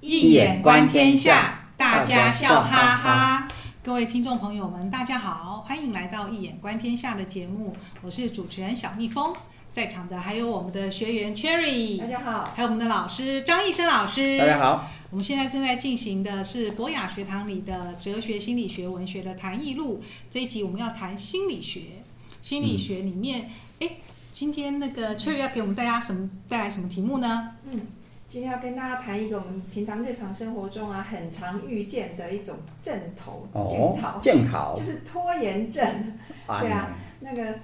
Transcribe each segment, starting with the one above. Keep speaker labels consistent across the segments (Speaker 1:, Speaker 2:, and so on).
Speaker 1: 一眼观天下，大家笑哈哈。各位听众朋友们，大家好，欢迎来到《一眼观天下》的节目，我是主持人小蜜蜂，在场的还有我们的学员 Cherry，
Speaker 2: 大家好，
Speaker 1: 还有我们的老师张医生老师。
Speaker 3: 大家好，
Speaker 1: 我们现在正在进行的是博雅学堂里的哲学、心理学、文学的谈艺录。这一集我们要谈心理学，心理学里面，
Speaker 3: 嗯
Speaker 1: 哎、今天那个 Cherry 要给我们大家什么带来什么题目呢？
Speaker 2: 今天要跟大家谈一个我们平常日常生活中啊很常遇见的一种症头
Speaker 3: 哦，
Speaker 2: 嗯检讨，
Speaker 3: 健考
Speaker 2: 就是拖延症。
Speaker 3: 啊
Speaker 2: 对啊，那个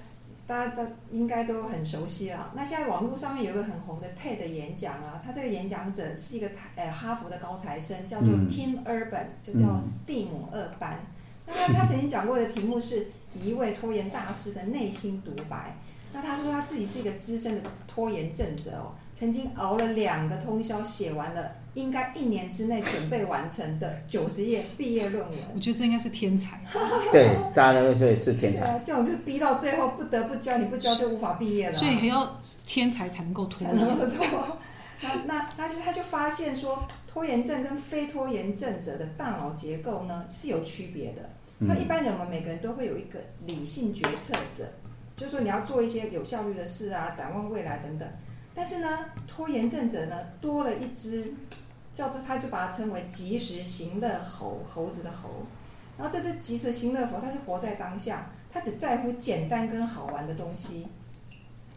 Speaker 2: 大家都应该都很熟悉啦。那现在网络上面有一个很红的 TED 演讲啊，他这个演讲者是一个台呃哈佛的高材生，叫做
Speaker 3: 嗯
Speaker 2: Tim Urban，、就叫蒂姆二班。那他他曾经讲过的题目是一位拖延大师的内心独白。那他说他自己是一个资深的拖延症者哦，曾经熬了两个通宵写完了应该一年之内准备完成的九十页毕业论文。
Speaker 1: 我觉得这应该是天才。
Speaker 3: 对，大家都会说是天
Speaker 2: 对
Speaker 3: 才，
Speaker 2: 啊，这种就是逼到最后不得不教，你不教就无法毕业了啊、
Speaker 1: 所以还要天才才能够拖
Speaker 2: 才
Speaker 1: 延。
Speaker 2: 能够拖。 那那那就他就发现说，拖延症跟非拖延症者的大脑结构呢是有区别的。那一般人我们每个人都会有一个理性决策者，就是说你要做一些有效率的事啊，展望未来等等。但是呢，拖延症者呢多了一只叫做他就把它称为及时行乐猴，猴子的猴。然后这只及时行乐猴，它是活在当下，它只在乎简单跟好玩的东西。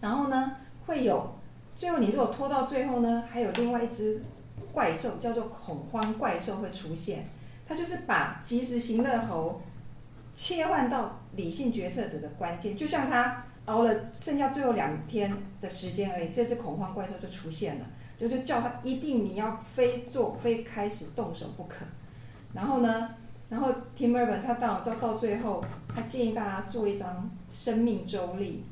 Speaker 2: 然后呢，会有最后你如果拖到最后呢，还有另外一只怪兽叫做恐慌怪兽会出现，它就是把及时行乐猴切换到理性决策者的关键，就像他熬了剩下最后两天的时间而已，这只恐慌怪兽就出现了，就就叫他一定你要非做非开始动手不可，然后呢？然后 Tim Urban 他到到到最后，他建议大家做一张生命周历，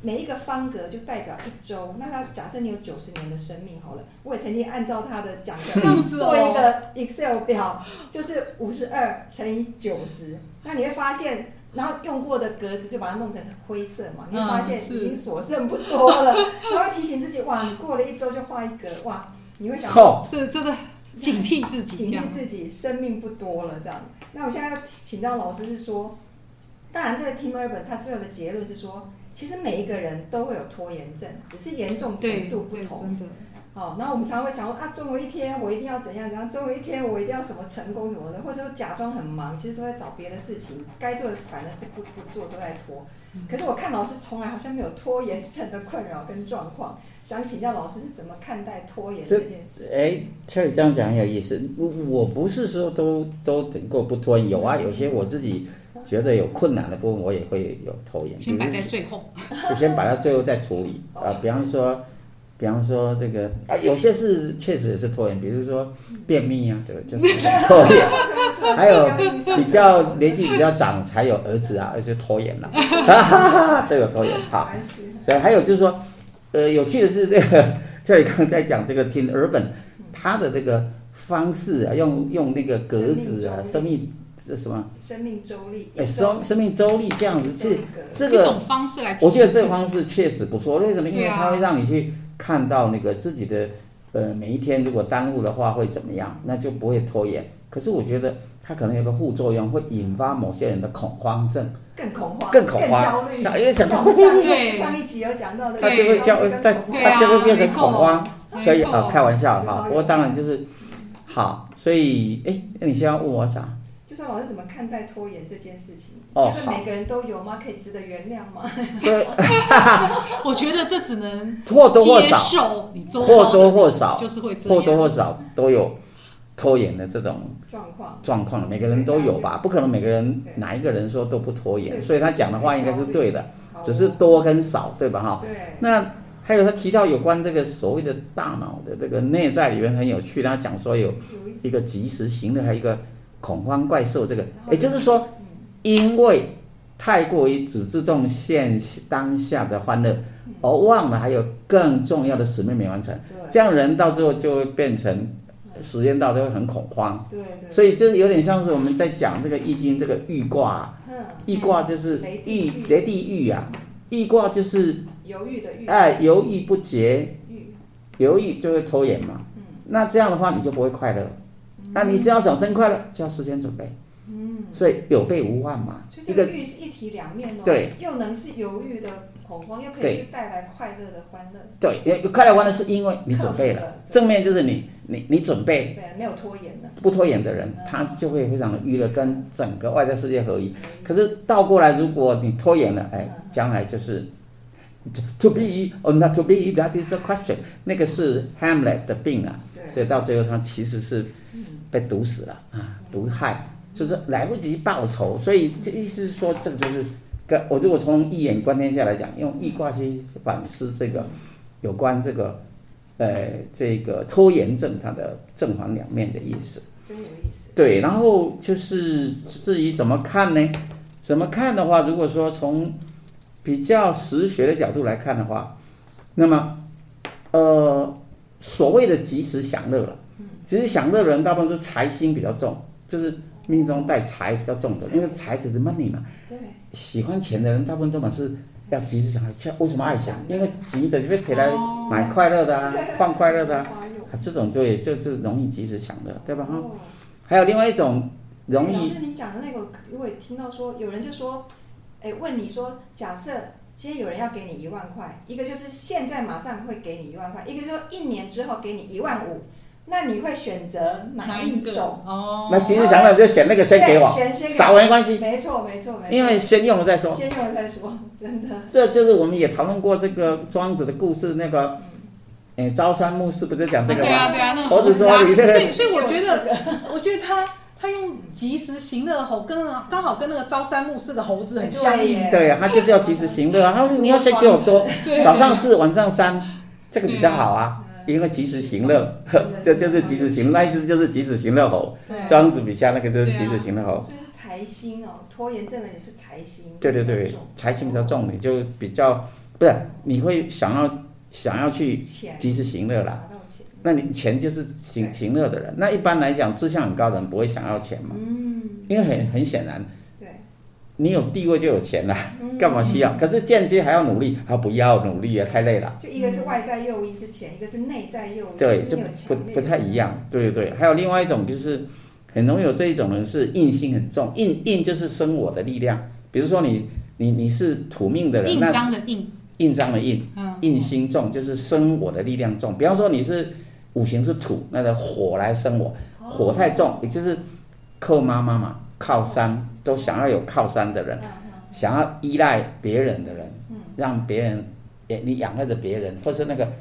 Speaker 2: 每一个方格就代表一周。那他假设你有九十年的生命好了，我也曾经按照他的讲的
Speaker 1: 这样子
Speaker 2: 做一
Speaker 1: 哦，
Speaker 2: 个 Excel 表，就是五十二乘以九十，那你会发现，然后用过的格子就把它弄成灰色嘛，你会发现
Speaker 1: 嗯是
Speaker 2: 已经所剩不多了， 然后会提醒自己，哇，你过了一周就画一格，哇，你会想说
Speaker 3: 后
Speaker 1: 这真的警惕自己
Speaker 2: 警
Speaker 1: 这样
Speaker 2: 惕。自己生命不多了这样。那我现在要请教老师是说，当然这个 Tim Urban 他最后的结论是说，其实每一个人都会有拖延症，只是严重
Speaker 1: 对
Speaker 2: 程度不
Speaker 1: 对，
Speaker 2: 同。
Speaker 1: 真的，
Speaker 3: 嗯
Speaker 2: 哦，然后我们常会讲说啊，总有一天我一定要怎样怎样，总有一天我一定要什么成功什么的，或者说假装很忙，其实都在找别的事情，该做的反正是不不做，都在拖。可是我看老师从来好像没有拖延症的困扰跟状况，想请教老师是怎么看待拖延这件事？
Speaker 3: 哎，Cherry 这样讲很有意思。我我不是说都都能够不拖延，有
Speaker 2: 嗯
Speaker 3: 啊，有些我自己觉得有困难的部分，我也会有拖延，比
Speaker 1: 先
Speaker 3: 如
Speaker 1: 摆在
Speaker 3: 说
Speaker 1: 最后。
Speaker 3: 就先把它最后再处理
Speaker 2: 哦
Speaker 3: 啊、比方说，比方说这个啊，有些事确实也是拖延，比如说便秘啊，对，就是 拖延。 还有比较年纪比较长才有儿子啊，而且拖延了、 啊，都有拖延。好，
Speaker 2: 还是
Speaker 3: 所以还有就是说，呃，有趣的是这个，这里刚才在讲这个 Tim Urban，他的这个方式啊，用用那个格子啊，
Speaker 2: 生
Speaker 3: 生命这什么，
Speaker 2: 生命周历，
Speaker 3: 哎，生生命周历这样子，
Speaker 2: 这
Speaker 3: 是 这
Speaker 2: 个
Speaker 1: 一
Speaker 3: 个
Speaker 1: 种方式来提
Speaker 3: 我觉
Speaker 1: 醒自己，
Speaker 3: 得这个方式确实不错，为什么？因
Speaker 1: 对
Speaker 3: 为
Speaker 1: 啊
Speaker 3: 它会让你去看到那个自己的，呃，每一天如果耽误的话会怎么样，那就不会拖延。可是我觉得它可能有个副作用，会引发某些人的恐慌症，
Speaker 2: 更恐慌，
Speaker 3: 更恐慌
Speaker 2: 焦虑。，
Speaker 3: 那因为整个
Speaker 2: 像我们上
Speaker 1: 对
Speaker 2: 一上一集有讲到的，
Speaker 3: 他就会叫
Speaker 2: 焦虑
Speaker 3: 他
Speaker 2: 跟恐
Speaker 1: 对啊
Speaker 3: 他就会变成恐慌，
Speaker 1: 没错
Speaker 3: 所以
Speaker 1: 没错
Speaker 3: 呃开玩笑
Speaker 2: 没
Speaker 3: 哈
Speaker 2: 错。
Speaker 3: 不过当然就是好，所以哎，那你现在问我啥？
Speaker 2: 就说老师怎么看待拖延这件事情？
Speaker 3: 哦
Speaker 2: 觉得每个人都有吗？可以值得原谅吗？
Speaker 3: 对，
Speaker 1: 我觉得这只能
Speaker 3: 或多或
Speaker 1: 接
Speaker 3: 少，
Speaker 1: 受你周
Speaker 3: 或
Speaker 1: 遭
Speaker 3: 多
Speaker 1: 的
Speaker 3: 或少，
Speaker 1: 就是会这
Speaker 3: 或多
Speaker 1: 样。
Speaker 3: 或少都有拖延的这种
Speaker 2: 状况
Speaker 3: 状况，每个人都有吧？不可能每个人
Speaker 2: 对
Speaker 3: 哪一个人说都不拖延，
Speaker 2: 对
Speaker 3: 所以他讲的话应该是对的，
Speaker 2: 好
Speaker 3: 只是多跟少，对吧？哈，
Speaker 2: 对
Speaker 3: 那还有他提到有关这个所谓的大脑的这个内在里面很有趣，他讲说有
Speaker 2: 有一
Speaker 3: 一个及时行乐，还有一个恐慌怪兽，这个也就是说，
Speaker 2: 嗯
Speaker 3: 因为太过于只注重现当下的欢乐，而忘了还有更重要的使命没完成，
Speaker 2: 嗯对
Speaker 3: 这样人到最后就会变成时间到就会很恐慌。
Speaker 2: 对对，
Speaker 3: 所以就是有点像是我们在讲这个易经这个易卦啊，
Speaker 2: 嗯，
Speaker 3: 易卦就是
Speaker 2: 雷地
Speaker 3: 易
Speaker 2: 豫
Speaker 3: 雷地豫啊，易卦就是
Speaker 2: 犹豫的豫
Speaker 3: 哎哎，犹豫不决，
Speaker 2: 豫
Speaker 3: 犹豫就会拖延嘛。那这样的话你就不会快乐。那你只要找真快乐，就要事先准备。嗯，所以有备无患嘛。
Speaker 2: 所以
Speaker 3: 一
Speaker 2: 这
Speaker 3: 个
Speaker 2: 个欲是一体两面哦，
Speaker 3: 对，
Speaker 2: 又能是犹豫的恐慌，又可以
Speaker 3: 对
Speaker 2: 是带来快乐的欢乐，
Speaker 3: 对，因为快乐欢乐是因为你准备
Speaker 2: 克服
Speaker 3: 了
Speaker 2: 了，对
Speaker 3: 正面就是你你你准备
Speaker 2: 对，没有拖延了。
Speaker 3: 不拖延的人
Speaker 2: 嗯，
Speaker 3: 他就会非常的娱乐，跟整个外在世界合一。可是倒过来，如果你拖延了，哎，将来就是 to be or not to be，that is the question。那个是 Hamlet 的病啊，
Speaker 2: 对，
Speaker 3: 所以到最后他其实是被毒死了啊，毒害，就是来不及报仇。所以这意思是说，这个就是跟我如果从一眼观天下来讲，用易卦去反思这个有关这个呃这个拖延症它的正反两面的意思。
Speaker 2: 真有意思。
Speaker 3: 对，然后就是至于怎么看呢？怎么看的话，如果说从比较实学的角度来看的话，那么呃，所谓的及时享乐了，其实享乐的人大部分是财星比较重，就是命中带财比较重的，因为财只是 money 嘛。
Speaker 2: 对，
Speaker 3: 喜欢钱的人大部分都满是要及时享乐，却为什么爱享？因为急着就被提来买快乐的啊，放快乐的啊，
Speaker 2: 花用。
Speaker 3: 啊这种对，就就容易及时享乐，对吧？哈。
Speaker 2: 哦
Speaker 3: 还有另外一种容
Speaker 2: 哎老
Speaker 3: 易
Speaker 2: 师，你讲的那个，我也听到说，有人就说，哎，问你说，假设今天有人要给你一万块，一个就是现在马上会给你一万块，一个就是一年之后给你一万五，那你会选择哪
Speaker 1: 一
Speaker 2: 一
Speaker 1: 个？
Speaker 2: 种？
Speaker 1: 哦，
Speaker 3: 那今日想想就选那个先给我
Speaker 2: 对选先，给我
Speaker 3: 少没关系，
Speaker 2: 没错，没错，没错。
Speaker 3: 因为先用了再说。
Speaker 2: 先用了再说，真的。
Speaker 3: 这就是我们也讨论过这个庄子的故事，那个，诶，朝三暮四不是讲这个
Speaker 1: 对啊，
Speaker 3: 吗？
Speaker 1: 对啊，那个
Speaker 3: 我只说你这个
Speaker 1: 所以所以我觉得， 我觉得他他用及时行乐的吼，跟刚好跟那个朝三暮四的猴子很相
Speaker 2: 对
Speaker 1: 应。
Speaker 2: 耶
Speaker 3: 对啊，他就是要及时行乐啊。他说你要先给我多，早上四，晚上三，这个比较好啊，因为及时行乐，这就是及时行乐，那一只就是及时行乐猴。
Speaker 2: 对啊
Speaker 3: 庄子笔下那个就是及时行乐猴。
Speaker 2: 所以是财星哦，拖延症的也是财星。
Speaker 3: 对对
Speaker 2: 啊
Speaker 3: 对，财情比较重，你就比较不是你会想要想要去
Speaker 2: 钱
Speaker 3: 及时行乐啦。
Speaker 2: 拿到钱，
Speaker 3: 那你钱就是行行乐的人，那一般来讲志向很高的人不会想要钱嘛，因为很很显然，
Speaker 2: 对，
Speaker 3: 你有地位就有钱啦，干嘛需要？可是间接还要努力，啊不要努力啊，太累了，
Speaker 2: 就一个是外在诱因是钱，一个是内在诱因，
Speaker 3: 对，就是
Speaker 2: 就你
Speaker 3: 不
Speaker 2: 有强烈
Speaker 3: 不太一样，对对对。还有另外一种就是，很容易有这一种人是硬性很重，硬硬就是生我的力量，比如说你你你是土命的人，
Speaker 1: 印
Speaker 3: 那是
Speaker 1: 章的印，
Speaker 3: 印章的印，
Speaker 1: 嗯，
Speaker 3: 印星重就是生我的力量重。比方说你是五行是土，那个火来生我，火太重，也就是靠妈妈嘛，靠山都想要有靠山的人，想要依赖别人的人，让别人也你仰赖着别人，或是那个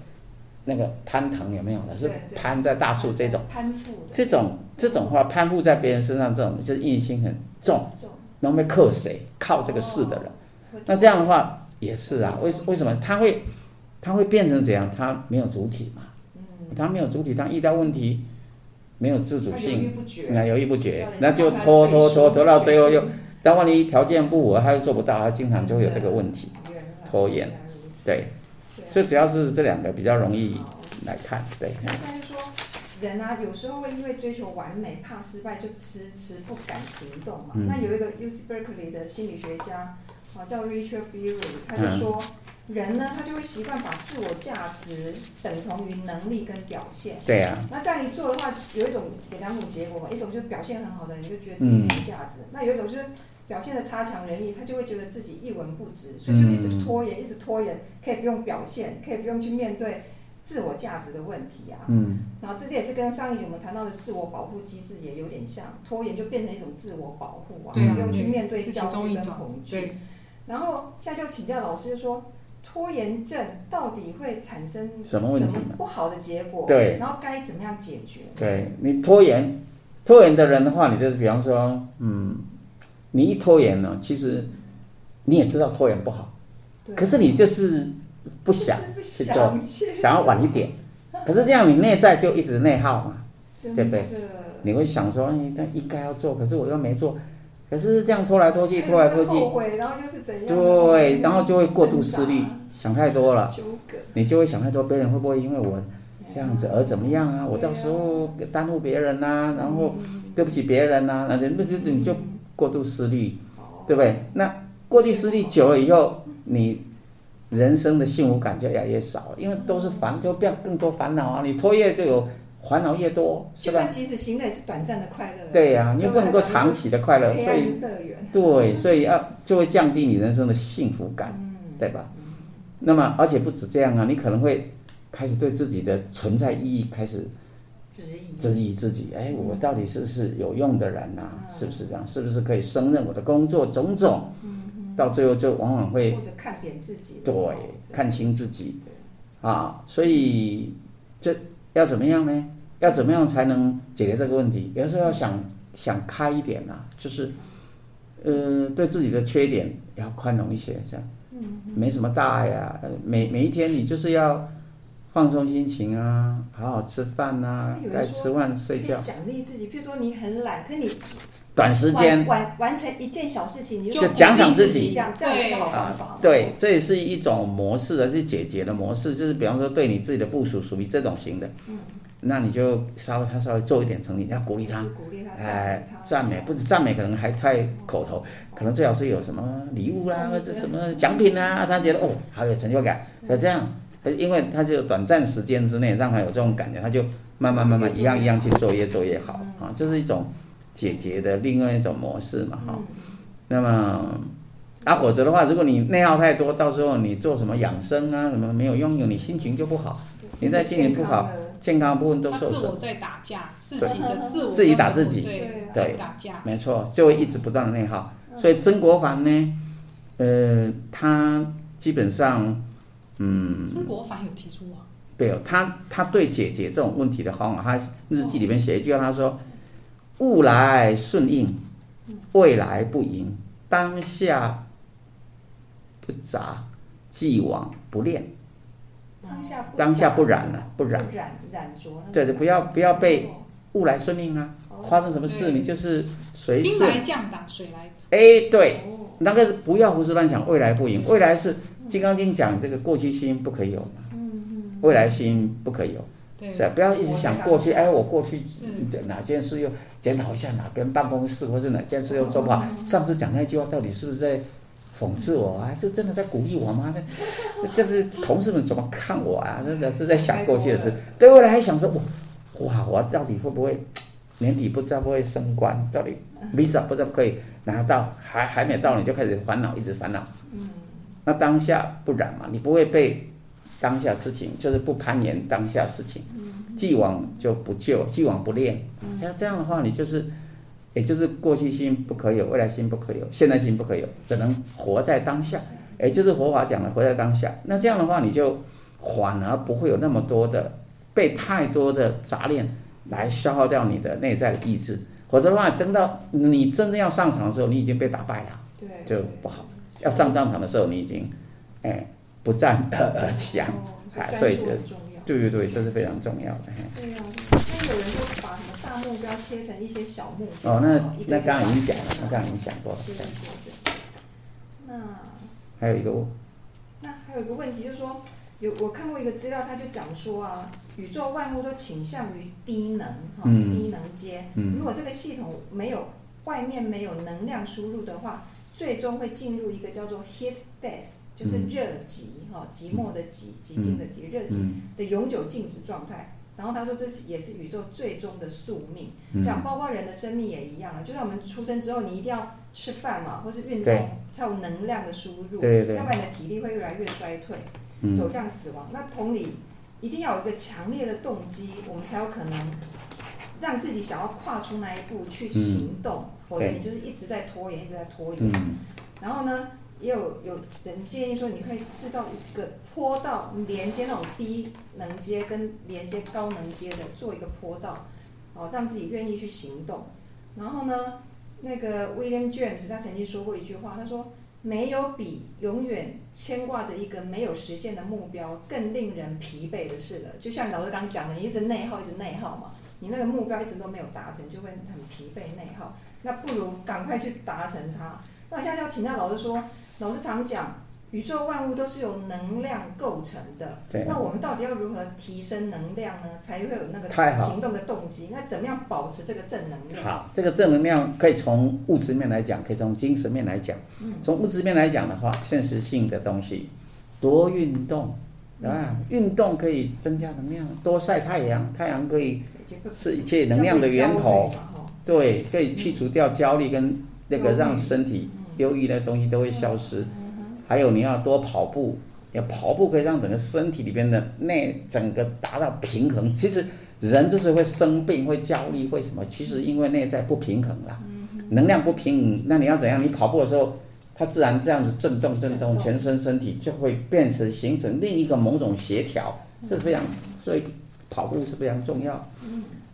Speaker 3: 那个攀藤有没有？老是
Speaker 2: 对对
Speaker 3: 攀在大树这种，
Speaker 2: 攀附的
Speaker 3: 这种这种话攀附在别人身上，这种就是印星很重，
Speaker 2: 这种
Speaker 3: 然后被克谁？靠这个事的人。
Speaker 2: 哦会
Speaker 3: 那这样的话也是啊，为为什么他会他会变成怎样？他没有主体嘛，
Speaker 2: 嗯
Speaker 3: 他没有主体，他遇到问题没有自主
Speaker 2: 他犹豫
Speaker 3: 性，
Speaker 2: 不决，
Speaker 3: 那犹豫不决，
Speaker 2: 对
Speaker 3: 那就
Speaker 2: 他
Speaker 3: 拖
Speaker 2: 被
Speaker 3: 拖拖
Speaker 2: 束
Speaker 3: 拖到最后
Speaker 2: 缚
Speaker 3: 又，那万一条件不符合，他又做不到，他经常就会有这个问题。
Speaker 2: 原来
Speaker 3: 拖延
Speaker 2: 原来如此
Speaker 3: 对，
Speaker 2: 对啊
Speaker 3: 最主要是这两个比较容易
Speaker 2: 啊好
Speaker 3: 来看，对。
Speaker 2: 那现在就说，人啊，有时候会因为追求完美，怕失败，就迟迟不敢行动嘛。
Speaker 3: 嗯
Speaker 2: 那有一个 U C Berkeley 的心理学家，啊，叫 Richard Bury，他就说，
Speaker 3: 嗯
Speaker 2: 人呢，他就会习惯把自我价值等同于能力跟表现。
Speaker 3: 对啊，
Speaker 2: 那这样一做的话，有一种有两种结果嘛，一种就是表现很好的人就觉得自己没有价值，那有一种就是表现的差强人意，他就会觉得自己一文不值，所以就一直拖延，一直拖延，可以不用表现，可以不用去面对自我价值的问题啊。
Speaker 3: 嗯，
Speaker 2: 然后这也是跟上一集我们谈到的自我保护机制也有点像，拖延就变成一种自我保护啊，
Speaker 1: 对啊
Speaker 3: 嗯
Speaker 2: 不用去面对
Speaker 1: 是其
Speaker 2: 焦
Speaker 1: 中
Speaker 2: 虑
Speaker 1: 一
Speaker 2: 跟
Speaker 1: 种
Speaker 2: 恐惧。
Speaker 1: 对，
Speaker 2: 然后现在就请教老师说，拖延症到底会产生
Speaker 3: 什么问题呢
Speaker 2: 不好的结果？
Speaker 3: 对
Speaker 2: 然后该怎么样解决？
Speaker 3: 对你拖延，拖延的人的话，你就是比方说，嗯，你一拖延呢，其实你也知道拖延不好，
Speaker 2: 对
Speaker 3: 可是你就是不想
Speaker 2: 就是不
Speaker 3: 去做，
Speaker 2: 想去，
Speaker 3: 想要晚一点。可是这样你内在就一直内耗嘛，
Speaker 2: 真
Speaker 3: 对
Speaker 2: 的
Speaker 3: 不对你会想说，哎，但应该要做，可是我又没做，可是这样拖来拖去，拖来拖
Speaker 2: 后
Speaker 3: 去，
Speaker 2: 悔，然后哎又是怎样？
Speaker 3: 对，然后就会过度思虑
Speaker 2: 挣，
Speaker 3: 想太多了
Speaker 2: 扎，纠葛，
Speaker 3: 你就会想太多，别人会不会因为我这样子而怎么样啊？我
Speaker 2: 对啊
Speaker 3: 到时候耽误别人呐、然后对不起别人呐、那人不就你就过度思虑，对不对？那过度思虑久了以后，你人生的幸福感就越来越少，因为都是烦，就变更多烦恼啊。你拖延就有烦恼越多，是
Speaker 2: 就
Speaker 3: 吧
Speaker 2: 算？即使行乐也是短暂的快乐。
Speaker 3: 对呀、你又不能够长期的快乐，
Speaker 2: 黑
Speaker 3: 所以
Speaker 2: 暗乐园，
Speaker 3: 对，所以要就会降低你人生的幸福感，对吧？那么而且不止这样啊，你可能会开始对自己的存在意义开始
Speaker 2: 质疑，
Speaker 3: 质疑自己，哎，我到底是不是有用的人呐、是不是这样？是不是可以胜任我的工作种种？到最后就往往会
Speaker 2: 或者看扁自己。
Speaker 3: 对
Speaker 2: 哦这
Speaker 3: 看清自己啊，所以这要怎么样呢？要怎么样才能解决这个问题？有时候要想想开一点啊，就是呃，对自己的缺点要宽容一些，这样，
Speaker 2: 嗯
Speaker 3: 没什么大碍啊。呃每每一天你就是要放松心情啊，好好吃饭啊
Speaker 2: 那有，人
Speaker 3: 该
Speaker 2: 说
Speaker 3: 吃饭睡
Speaker 2: 可
Speaker 3: 觉
Speaker 2: 以。奖励自己，譬如说你很懒，可你
Speaker 3: 短时间
Speaker 2: 完完完成一件小事情，你
Speaker 3: 就
Speaker 2: 就
Speaker 3: 奖赏自己
Speaker 2: 己，这样这样是个好方法。
Speaker 3: 对，，啊这也是一种模式的，是解决的模式，就是比方说对你自己的部署属于这种型的，那你就稍微他稍微做一点成绩，你要鼓励他
Speaker 2: 就是，鼓励他，
Speaker 3: 哎，
Speaker 2: 赞
Speaker 3: 赞
Speaker 2: 美
Speaker 3: 美，
Speaker 2: 他，
Speaker 3: 不止赞美，可能还太口头，可能最好是有什么礼物啊，或者什么奖品啊，他觉得哦，好有成就感，那这样，因为他只有短暂时间之内让他有这种感觉，他就慢慢慢慢一样一样去做，越做越好啊，这是一种解决的另外一种模式嘛哈。那么啊，否则的话，如果你内耗太多，到时候你做什么养生啊，什么没有用，你心情就不好，你在心情不好，健康部分都
Speaker 1: 他
Speaker 3: 受
Speaker 1: 自
Speaker 3: 损
Speaker 1: 我。在打架，自
Speaker 3: 对
Speaker 1: 己的自我
Speaker 3: 自己打自己
Speaker 1: 对
Speaker 3: 对
Speaker 1: 打架，
Speaker 3: 没错，就会一直不断的内耗。所以曾国藩呢，呃，他基本上
Speaker 1: 曾国藩有提出啊，
Speaker 3: 对哦，他他对解决这种问题的方法，他日记里面写一句话，他说：“物来顺应，未来不迎，当下不杂，既往不恋。”
Speaker 2: 当下不
Speaker 3: 当下不染了、不染。
Speaker 2: 不染染着那个
Speaker 3: 对的，不要不要被物来顺应啊！
Speaker 2: 哦
Speaker 3: 发生什么事
Speaker 1: 对
Speaker 3: 你就是随
Speaker 1: 兵
Speaker 3: 顺。
Speaker 1: 来将挡，水来
Speaker 3: 哎，对，
Speaker 2: 哦
Speaker 3: 那个是不要胡思乱想，未来不赢，未来是《金刚经》讲这个过去心不可以有嘛，未来心不可以有，
Speaker 1: 对
Speaker 3: 是吧？啊不要一直想过去，
Speaker 2: 我在
Speaker 3: 哎，我过去
Speaker 1: 是
Speaker 3: 哪件事又检讨一下哪边办公室，或是哪件事又做不好。上次讲那句话到底是不是在讽刺我啊？是真的在鼓励我吗？那这不是同事们怎么看我啊？真的是在想过去的事，对未来还想着我，哇，我到底会不会年底不知道会不会升官？到底 visa 不知道可以拿到，还还没到你就开始烦恼，一直烦恼。那当下不然嘛，你不会被当下事情，就是不攀岩当下事情，既往就不咎，既往不恋。像这样的话，你就是，也哎就是过去心不可有，未来心不可有，现在心不可有，只能活在当下。也就是佛法讲的活在当下。那这样的话，你就反而不会有那么多的被太多的杂念来消耗掉你的内在的意志。否则的话，等到你真正要上场的时候，你已经被打败了。
Speaker 2: 对
Speaker 3: 就不好。要上战场的时候，你已经，哎，不战而而强。哎
Speaker 2: 哦
Speaker 3: 所以
Speaker 2: 专注
Speaker 3: 这
Speaker 2: 很重要。
Speaker 3: 对对对，这是非常重要的。哎
Speaker 2: 对呀，那有人就把什么大目标切成一些小目标，
Speaker 3: 哦，那
Speaker 2: 一个
Speaker 3: 那
Speaker 2: 一个
Speaker 3: 刚刚已经
Speaker 2: 完
Speaker 3: 讲了，
Speaker 2: 成
Speaker 3: 那刚刚已经讲过了。
Speaker 2: 对
Speaker 3: 对
Speaker 2: 对对。那
Speaker 3: 还有一个
Speaker 2: 那还有一个问题就是说，有我看过一个资料，他就讲说啊，宇宙万物都倾向于低能哈、
Speaker 3: 嗯
Speaker 2: 低能阶。如果这个系统没有外面没有能量输入的话，最终会进入一个叫做 heat death，就是
Speaker 3: 嗯
Speaker 2: 热极哈、寂寞的极，极尽的极，热极
Speaker 3: 嗯
Speaker 2: 的永久静止状态。然后他说，这是也是宇宙最终的宿命，
Speaker 3: 嗯
Speaker 2: 这样包括人的生命也一样啊。就像我们出生之后，你一定要吃饭嘛，或是运动
Speaker 3: 对，
Speaker 2: 才有能量的输入，
Speaker 3: 对对
Speaker 2: 要不然你的体力会越来越衰退，
Speaker 3: 嗯
Speaker 2: 走向死亡。那同理，一定要有一个强烈的动机，我们才有可能让自己想要跨出那一步去行动，否则
Speaker 3: 对
Speaker 2: 你就是一直在拖延，一直在拖延。
Speaker 3: 嗯
Speaker 2: 然后呢，也有有人建议说，你可以制造一个坡道，连接那种低能阶跟连接高能阶的，做一个坡道，哦，让自己愿意去行动。然后呢，那个 William James 他曾经说过一句话，他说：“没有比永远牵挂着一个没有实现的目标更令人疲惫的事了。”就像老师刚讲的，你一直内耗，一直内耗嘛，你那个目标一直都没有达成，就会很疲惫内耗。那不如赶快去达成它。那我现在要请教老师说，老师常讲，宇宙万物都是由能量构成的。
Speaker 3: 对
Speaker 2: 那我们到底要如何提升能量呢？才会有那个
Speaker 3: 太好
Speaker 2: 行动的动机？那怎么样保持这个正能量？
Speaker 3: 好，这个正能量可以从物质面来讲，可以从精神面来讲。
Speaker 2: 嗯
Speaker 3: 从物质面来讲的话，现实性的东西，多运动啊，运动可以增加能量，多晒太阳，太阳可以
Speaker 2: 对结构
Speaker 3: 是一切能量的源头，对，可以去除掉焦虑跟那个
Speaker 2: 忧郁
Speaker 3: 让身体忧郁的东西都会消失。还有你要多跑步，要跑步可以让整个身体里边的内整个达到平衡。其实人之所以会生病、会焦虑、会什么，其实因为内在不平衡啦，能量不平衡。那你要怎样？你跑步的时候，它自然这样子震动、震
Speaker 2: 震
Speaker 3: 动，
Speaker 2: 动
Speaker 3: 全身身体就会变成形成另一个某种协调，是非常所以跑步是非常重要。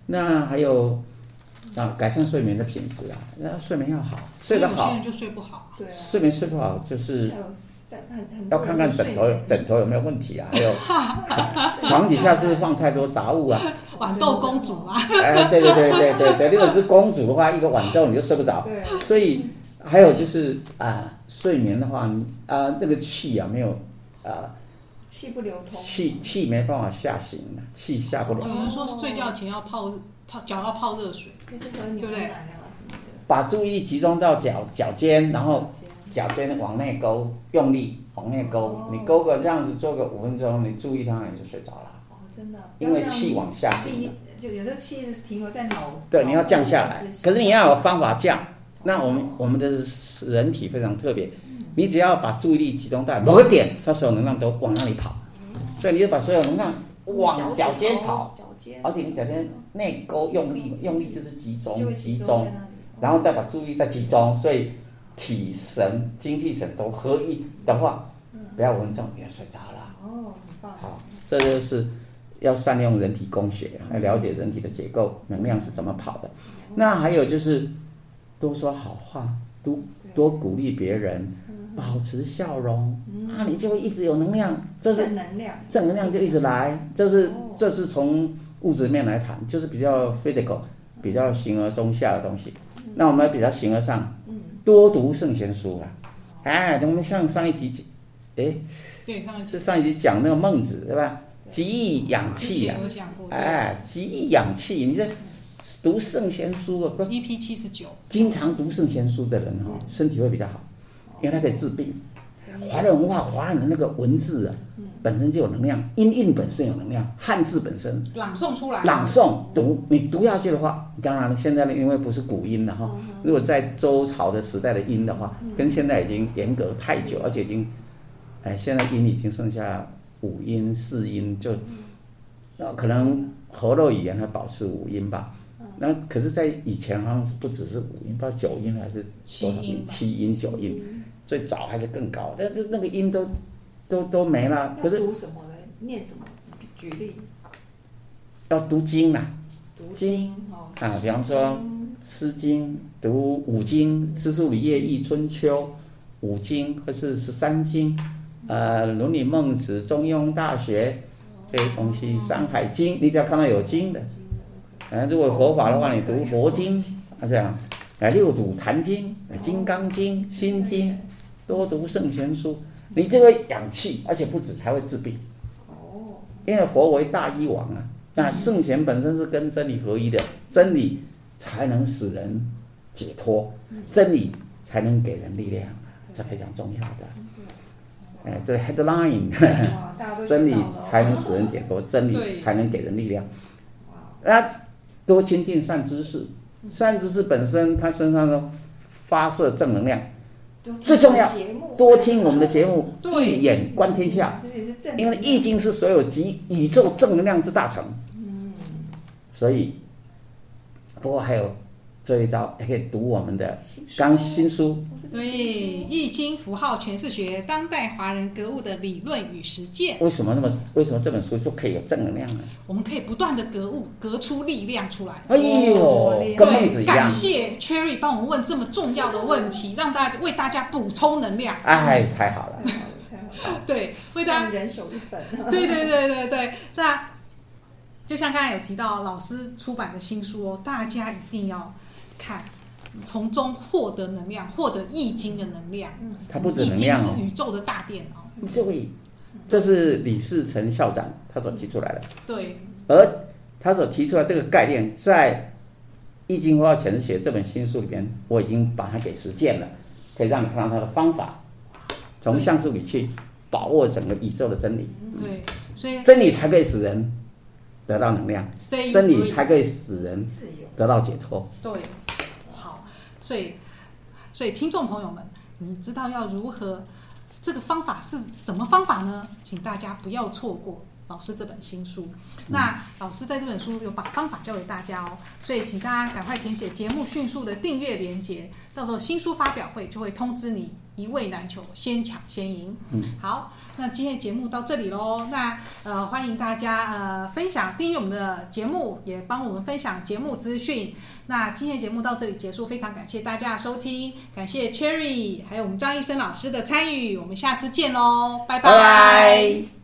Speaker 3: 那还有啊，改善睡眠的品质啊，那睡眠要好，睡得
Speaker 1: 有些
Speaker 3: 好
Speaker 1: 人，就睡不好。
Speaker 2: 对啊，
Speaker 3: 睡眠睡不好就是
Speaker 2: 还有散很很
Speaker 3: 要
Speaker 2: 多
Speaker 3: 看看枕头
Speaker 2: 人
Speaker 3: 枕头有没有问题啊，还有
Speaker 2: 睡
Speaker 3: 床底下是不是放太多杂物啊？
Speaker 1: 豌豆公主啊，
Speaker 3: 哎，对对对对对对，如果是公主的话，一个晚豆你就睡不着。
Speaker 2: 对
Speaker 3: 所以还有就是啊、睡眠的话，你啊、那个气啊没有啊、
Speaker 2: 气不流通，
Speaker 3: 气气没办法下行啊，气下不来，
Speaker 1: 有人说睡觉前要泡泡脚要泡热水，
Speaker 2: 就是喝牛奶啊什么的，
Speaker 3: 把注意力集中到脚脚尖，然后
Speaker 2: 这样
Speaker 3: 脚尖往内勾，用力往内勾
Speaker 2: 哦，
Speaker 3: 你勾个这样子做个五分钟，你注意它，你就睡着了，
Speaker 2: 哦，真的，
Speaker 3: 因为气往下
Speaker 2: 第
Speaker 3: 行啊
Speaker 2: 一
Speaker 3: 了。
Speaker 2: 就有时候气是停留在脑，
Speaker 3: 对，你要降下来
Speaker 2: 脑部一直，
Speaker 3: 可是你要有方法降。那我们我们的人体非常特别，你只要把注意力集中在某个点，它所有能量都往那里跑，所以你就把所有能量往脚尖跑，，
Speaker 2: 哦脚哦尖，哎
Speaker 3: 而且你脚尖内勾用力，用力就是集
Speaker 2: 就
Speaker 3: 中
Speaker 2: 会
Speaker 3: 集
Speaker 2: 集
Speaker 3: 中
Speaker 2: 在，那里，
Speaker 3: 然后再把注意力再集中，所以体神、精气神都合一的话，不要稳重，你就睡着了。
Speaker 2: 哦，很棒，
Speaker 3: 好，这就是要善用人体工学，要了解人体的结构，能量是怎么跑的。那还有就是多说好话，多
Speaker 2: 对
Speaker 3: 多鼓励别人，保持笑容，
Speaker 2: 嗯
Speaker 3: 啊，你就会一直有能量。这是
Speaker 2: 正能量，
Speaker 3: 正能量就一直来，这是
Speaker 2: 哦
Speaker 3: 这是从物质面来谈，就是比较 physical，比较形而中下的东西。
Speaker 2: 嗯
Speaker 3: 那我们比较形而上，多读圣贤书啊，哎，我们像上一集，哎，
Speaker 1: 对，上一次
Speaker 3: 是上一集讲那个孟子对吧？极易养
Speaker 1: 之
Speaker 3: 气啊
Speaker 1: 前，有讲过，
Speaker 3: 哎，极易养气，你这读圣贤书啊，
Speaker 1: 一 E p 七十九，
Speaker 3: 经常读圣贤书的人哈、哦，身体会比较好，因为它可以治病。华人文化，华人的那个文字啊，本身就有能量，音韵本身有能量，汉字本身
Speaker 1: 朗诵出来，
Speaker 3: 朗诵读，你读下去的话，当然了，现在呢，因为不是古音了哈，如果在周朝的时代的音的话，跟现在已经严格太久，而且已经，哎，现在音已经剩下五音、四音，就，那可能河洛语言还保持五音吧。那可是，在以前好像是不只是五音，不知道九音还是多
Speaker 1: 七
Speaker 3: 少
Speaker 1: 音
Speaker 3: 音，
Speaker 1: 吧
Speaker 3: 七音、九音，最早还是更高，但是那个音都都都没了。可
Speaker 2: 要
Speaker 3: 是
Speaker 2: 读什么嘞？念什么？举例，
Speaker 3: 要读经啊啦，
Speaker 2: 读
Speaker 3: 经
Speaker 2: 经哦，
Speaker 3: 啊比方说《诗经》、读五经、《诗书礼乐易》《春秋》、五经或是十三经，呃，《论语》《孟子》《中庸》《大学》这些东西，《山海经》，你只要看到有经的，啊，如果佛法的话，你读佛经，啊这样，啊，六祖坛经、啊金刚经、心经，多读圣贤书，你就会养气，而且不止还会治病。
Speaker 2: 哦，
Speaker 3: 因为佛为大医王啊，那圣贤本身是跟真理合一的，真理才能使人解脱，真理才能给人力量啊，这非常重要的。哎，这 headline，
Speaker 2: 哇，大家都学
Speaker 3: 真理
Speaker 2: 到了哦
Speaker 3: 才能使人解脱，真理
Speaker 1: 对哦
Speaker 3: 才能给人力量。那多亲近善知识，善知识本身它身上的发射正能量，
Speaker 2: 多听
Speaker 3: 最重要
Speaker 2: 节目
Speaker 3: 多听我们的节目，一
Speaker 1: 对，
Speaker 3: 眼观天下。
Speaker 2: 这也是正能量，
Speaker 3: 因为《易经》是所有集宇宙正能量之大成。所以，不过还有这一招，也可以读我们的
Speaker 2: 新书
Speaker 3: 刚新书，
Speaker 2: 不是
Speaker 1: 对，《易经》符号诠释学，当代华人格物的理论与实践，
Speaker 3: 为什么那么为什么这本书就可以有正能量呢？
Speaker 1: 我们可以不断的格物，格出力量出来。
Speaker 3: 哎呦，跟孟子
Speaker 1: 对，
Speaker 3: 一样
Speaker 1: 感，谢 Cherry 帮我们问这么重要的问题，让大家为大家补充能量。
Speaker 3: 哎，太好了，
Speaker 2: 太好了，太好了，
Speaker 1: 对，为大家
Speaker 2: 让人手一本，
Speaker 1: 啊
Speaker 2: 啊
Speaker 1: 对对对对对，那就像刚才有提到老师出版的新书哦，大家一定要看，从中获得能量，获得易经的能量。
Speaker 3: 它不止
Speaker 1: 易
Speaker 3: 能
Speaker 1: 经
Speaker 3: 量
Speaker 1: 是
Speaker 3: 哦，
Speaker 1: 宇宙的大电脑，
Speaker 3: 对，这是李世成校长他所提出来的。
Speaker 1: 对，
Speaker 3: 而他所提出来这个概念，在《易经化全释学》这本新书里边，我已经把它给实践了，可以让你看到它的方法，从象
Speaker 1: 嗯
Speaker 3: 数里去把握整个宇宙的真理，
Speaker 1: 对，所以
Speaker 3: 真理才可以使人得到能量，
Speaker 1: ，stay
Speaker 3: 真理
Speaker 1: free
Speaker 3: 才可以使人
Speaker 2: 自由。
Speaker 3: 得到解脱。
Speaker 1: 对，好，所以所以听众朋友们，你知道要如何这个方法是什么方法呢？请大家不要错过老师这本新书。那老师在这本书有把方法教给大家哦，所以请大家赶快填写节目迅速的订阅连接，到时候新书发表会就会通知你，一位难求，先抢先赢。嗯，好，那今天的节目到这里喽，那呃，欢迎大家呃分享订阅我们的节目，也帮我们分享节目资讯。那今天的节目到这里结束，非常感谢大家的收听，感谢 Cherry 还有我们张医生老师的参与，我们下次见喽，拜
Speaker 3: 拜拜。